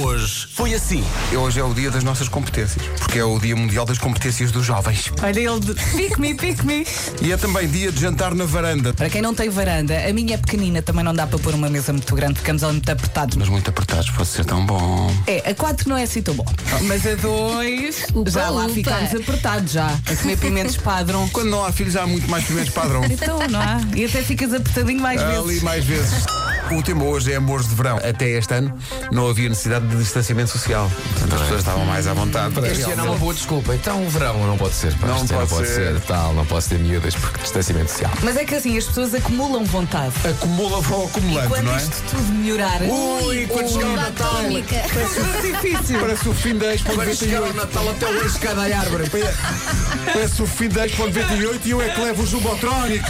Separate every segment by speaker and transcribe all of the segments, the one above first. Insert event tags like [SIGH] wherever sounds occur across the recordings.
Speaker 1: Hoje foi assim.
Speaker 2: Hoje é o dia das nossas competências, porque é o dia mundial das competências dos jovens.
Speaker 3: Olha ele de pick me, pick me.
Speaker 2: E é também dia de jantar na varanda,
Speaker 3: Para quem não tem varanda, a minha é pequenina, também não dá para pôr uma mesa muito grande, ficamos ali muito apertados.
Speaker 2: mas muito apertados, pode ser tão bom.
Speaker 3: É, a 4 não é assim tão bom.
Speaker 2: Ah,
Speaker 3: Mas a
Speaker 2: é
Speaker 3: 2,
Speaker 4: Upa,
Speaker 3: já lá
Speaker 4: upa.
Speaker 3: ficámos apertados já. A comer pimentos padrão.
Speaker 2: Quando não há filhos, há muito mais primeiro
Speaker 3: [LAUGHS]
Speaker 2: padrão.
Speaker 3: Então, não há? E até ficas apertadinho mais
Speaker 2: Ali
Speaker 3: vezes.
Speaker 2: mais vezes. O tema hoje é amores de verão. Até este ano não havia necessidade de distanciamento social. Portanto, as pessoas estavam mais à vontade para
Speaker 1: Este ano é uma
Speaker 2: realmente-
Speaker 1: boa desculpa. Então o verão não pode ser. pá.
Speaker 2: Não
Speaker 1: Este ano
Speaker 2: pode ser.
Speaker 1: Tal, não posso ter miúdas porque distanciamento social.
Speaker 3: Mas é que assim, as pessoas acumulam vontade.
Speaker 2: é Acumula, vão acumulando,
Speaker 3: Quando
Speaker 2: não é?
Speaker 3: isto tudo melhorar.
Speaker 2: Ui, quando chegar o
Speaker 4: Bomba
Speaker 2: Natal.
Speaker 4: atómica.
Speaker 3: difícil.
Speaker 2: Parece o fim da Expo
Speaker 1: assim Quando chegar o
Speaker 2: 98.
Speaker 1: Natal até o anjo cada árvore.
Speaker 2: Parece o fim da Expo 98 e eu é que levo o Jumbotrónico.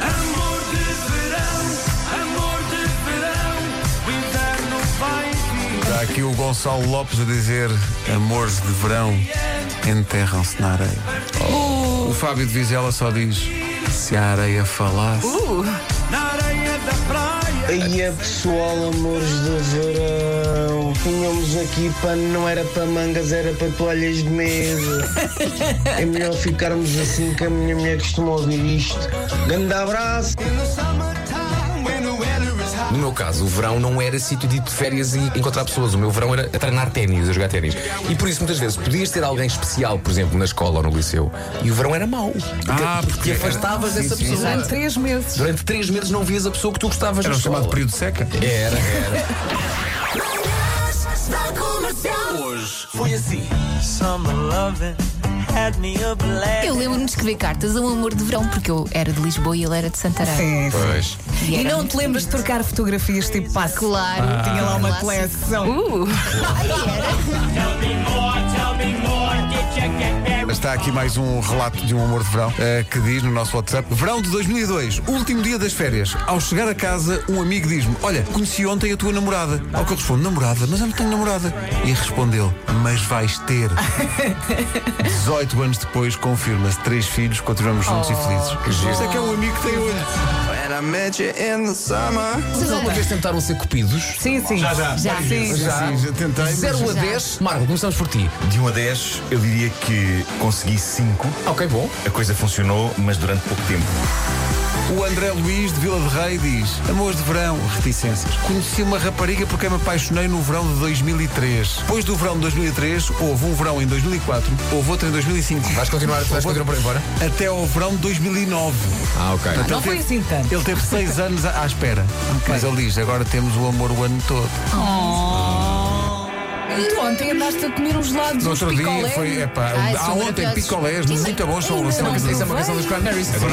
Speaker 5: Amor de verão, amor de verão, o inverno vai vir.
Speaker 2: Está aqui o Gonçalo Lopes a dizer Amores de verão enterram-se na areia
Speaker 5: Uh.
Speaker 2: O Fábio de Vizela só diz Se a areia falasse
Speaker 5: Uh. Na areia da praia.
Speaker 6: E a é, pessoal, amores de verão. Tínhamos aqui pano, não era para mangas, era para toalhas de mesa. É melhor ficarmos assim que a minha mulher costuma ouvir isto. Grande abraço!
Speaker 1: No meu caso, o verão não era sítio de ir de férias e encontrar pessoas. O meu verão era a treinar ténis, a jogar ténis. E por isso, muitas vezes, podias ter alguém especial, por exemplo, na escola ou no liceu, e o verão era mau.
Speaker 2: Ah, porque-
Speaker 1: te afastavas
Speaker 2: Sim,
Speaker 1: dessa
Speaker 2: sim.
Speaker 1: pessoa.
Speaker 3: Durante 3 meses.
Speaker 1: Durante três meses não vias a pessoa que tu gostavas
Speaker 2: Era
Speaker 1: na
Speaker 2: o chamado
Speaker 1: escola.
Speaker 2: período de seca
Speaker 1: Era, era.
Speaker 2: [LAUGHS]
Speaker 5: Foi assim. Summer loving had me a blast.
Speaker 4: Eu lembro-me de escrever cartas a um amor de verão, porque eu era de Lisboa e ele era de Santarém.
Speaker 3: Sim.
Speaker 1: Pois.
Speaker 4: E
Speaker 3: E
Speaker 4: era
Speaker 3: não te lembras de trocar fotografias tipo passe?
Speaker 4: Claro.
Speaker 3: Tinha lá uma
Speaker 2: Ah.
Speaker 4: Clássico.
Speaker 3: coleção.
Speaker 4: Uh.
Speaker 5: Tell me more, tell me more, did you get married?
Speaker 2: Está aqui mais um relato de um amor de verão eh, que diz no nosso WhatsApp: Verão de 2002, último dia das férias. Ao chegar a casa, um amigo diz-me: Olha, conheci ontem a tua namorada. Ao que eu respondo: Namorada, mas eu não tenho namorada. E respondeu: Mas vais ter. 18 anos depois, confirma-se: três filhos, continuamos juntos e felizes. Isso é que é o amigo que tem hoje.
Speaker 1: Vocês alguma vez tentaram ser cupidos?
Speaker 3: Sim, sim. Já, já. Já, sim.
Speaker 2: Sim, já tentei. mas-
Speaker 1: 0 a 10. Marco, começamos por ti.
Speaker 7: De 1 a 10, eu diria que consegui 5.
Speaker 1: Ok, bom.
Speaker 7: A coisa funcionou, mas durante pouco tempo.
Speaker 2: O André Luís de Vila de Rei diz: Amores de verão, reticências. Conheci uma rapariga por quem me apaixonei no verão de 2003. Depois do verão de 2003, houve um verão em 2004, houve outro em 2005.
Speaker 1: Vais continuar, vais continuar por aí fora?
Speaker 2: Até ao verão de 2009.
Speaker 1: Ah, ok.
Speaker 2: Portanto,
Speaker 3: Não
Speaker 2: ele
Speaker 3: foi
Speaker 2: Então teve-
Speaker 3: assim tanto.
Speaker 2: Ele teve seis anos à à espera. Mas ele diz: agora temos o amor o ano todo.
Speaker 3: Tu ontem andaste a comer uns gelados,
Speaker 2: No
Speaker 3: uns Ah, é
Speaker 2: outro dia
Speaker 3: picolé.
Speaker 2: foi. é, Epá,
Speaker 4: Ai,
Speaker 2: há
Speaker 4: são
Speaker 2: ontem
Speaker 4: maravilhosos.
Speaker 2: picolés,
Speaker 4: Sim,
Speaker 2: muito bons. São,
Speaker 4: ainda
Speaker 2: são,
Speaker 4: não
Speaker 1: Isso é uma canção dos Cranberries. Agora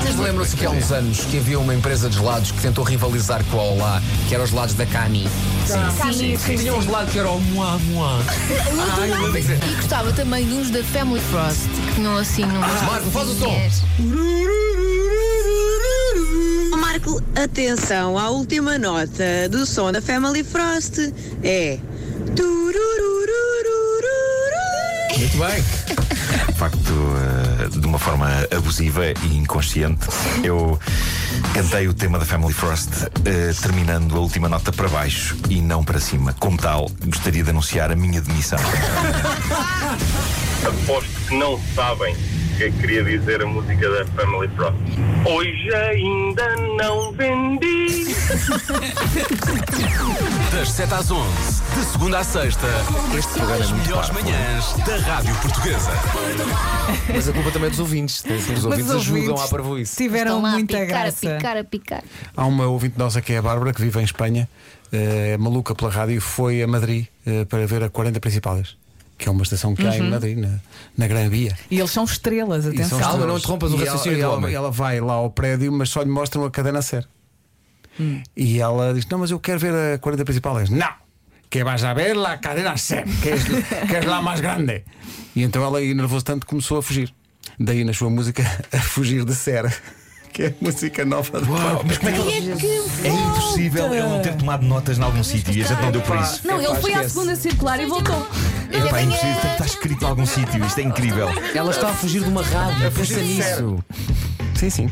Speaker 1: Vocês lembram-se que há uns anos que havia uma empresa de gelados que tentou rivalizar com a Olá, que eram os gelados da Cami. Sim, sim. Tinha um gelado que era o Moá Moá. Ai, não tem que ser.
Speaker 4: Ah, E gostava também de uns da Family Frost, que não assim não.
Speaker 1: Marco, faz o som.
Speaker 8: Ó, Marco, atenção à última nota do som da Family Frost. É. tururururururu.
Speaker 1: Muito bem.
Speaker 7: De facto, eh, de uma forma abusiva e inconsciente, eu cantei o tema da Family Frost eh, terminando a última nota para baixo e não para cima. Como tal, gostaria de anunciar a minha demissão.
Speaker 9: aposto que não sabem o que é que queria dizer a música da Family Frost. Hoje ainda não vendi.
Speaker 10: Das 7 às 11, de segunda à sexta,
Speaker 7: Este programa é muito
Speaker 10: melhores
Speaker 7: parvo.
Speaker 10: manhãs da Rádio Portuguesa.
Speaker 1: Mas a culpa também é dos ouvintes. Os
Speaker 3: Mas
Speaker 1: ouvintes
Speaker 3: os
Speaker 1: ajudam
Speaker 3: ouvintes
Speaker 1: à parvoíce.
Speaker 4: Estão
Speaker 3: Tiveram
Speaker 4: lá a
Speaker 3: muita
Speaker 4: picar,
Speaker 3: graça.
Speaker 4: a picar, a picar.
Speaker 2: Há uma ouvinte nossa que é a Bárbara, que vive em Espanha, eh, é maluca pela rádio, foi a Madrid eh, para ver a 40 Principais, que é uma estação que há
Speaker 1: Uhum.
Speaker 2: em Madrid, na, na Gran Via.
Speaker 3: E eles são estrelas,
Speaker 2: E são
Speaker 3: atenção.
Speaker 1: Calma,
Speaker 2: estrelas.
Speaker 1: não interrompas o
Speaker 2: E
Speaker 1: raciocínio
Speaker 2: ela,
Speaker 1: do
Speaker 2: ela-
Speaker 1: homem.
Speaker 2: ela vai lá ao prédio, mas só lhe mostram a cadena ser.
Speaker 1: Hum.
Speaker 2: E ela diz: Não, mas eu quero ver a 40 Principais. Não! Que vais a ver la cadena ser, que
Speaker 1: [LAUGHS]
Speaker 2: és, que és lá mais grande. E então ela, aí nervoso tanto, começou a fugir. Daí na sua música, [LAUGHS] a fugir de ser, que é a música nova do Paulo.
Speaker 7: Mas como é que ela- É impossível eu não ter tomado notas em algum sítio e a gente não deu por isso.
Speaker 3: Não, ele foi à segunda circular e voltou.
Speaker 7: Epá, é impossível, tem que estar escrito em algum sítio, isto é incrível.
Speaker 1: Ela está a fugir de uma rádio. Pensa nisso.
Speaker 2: Sim, sim.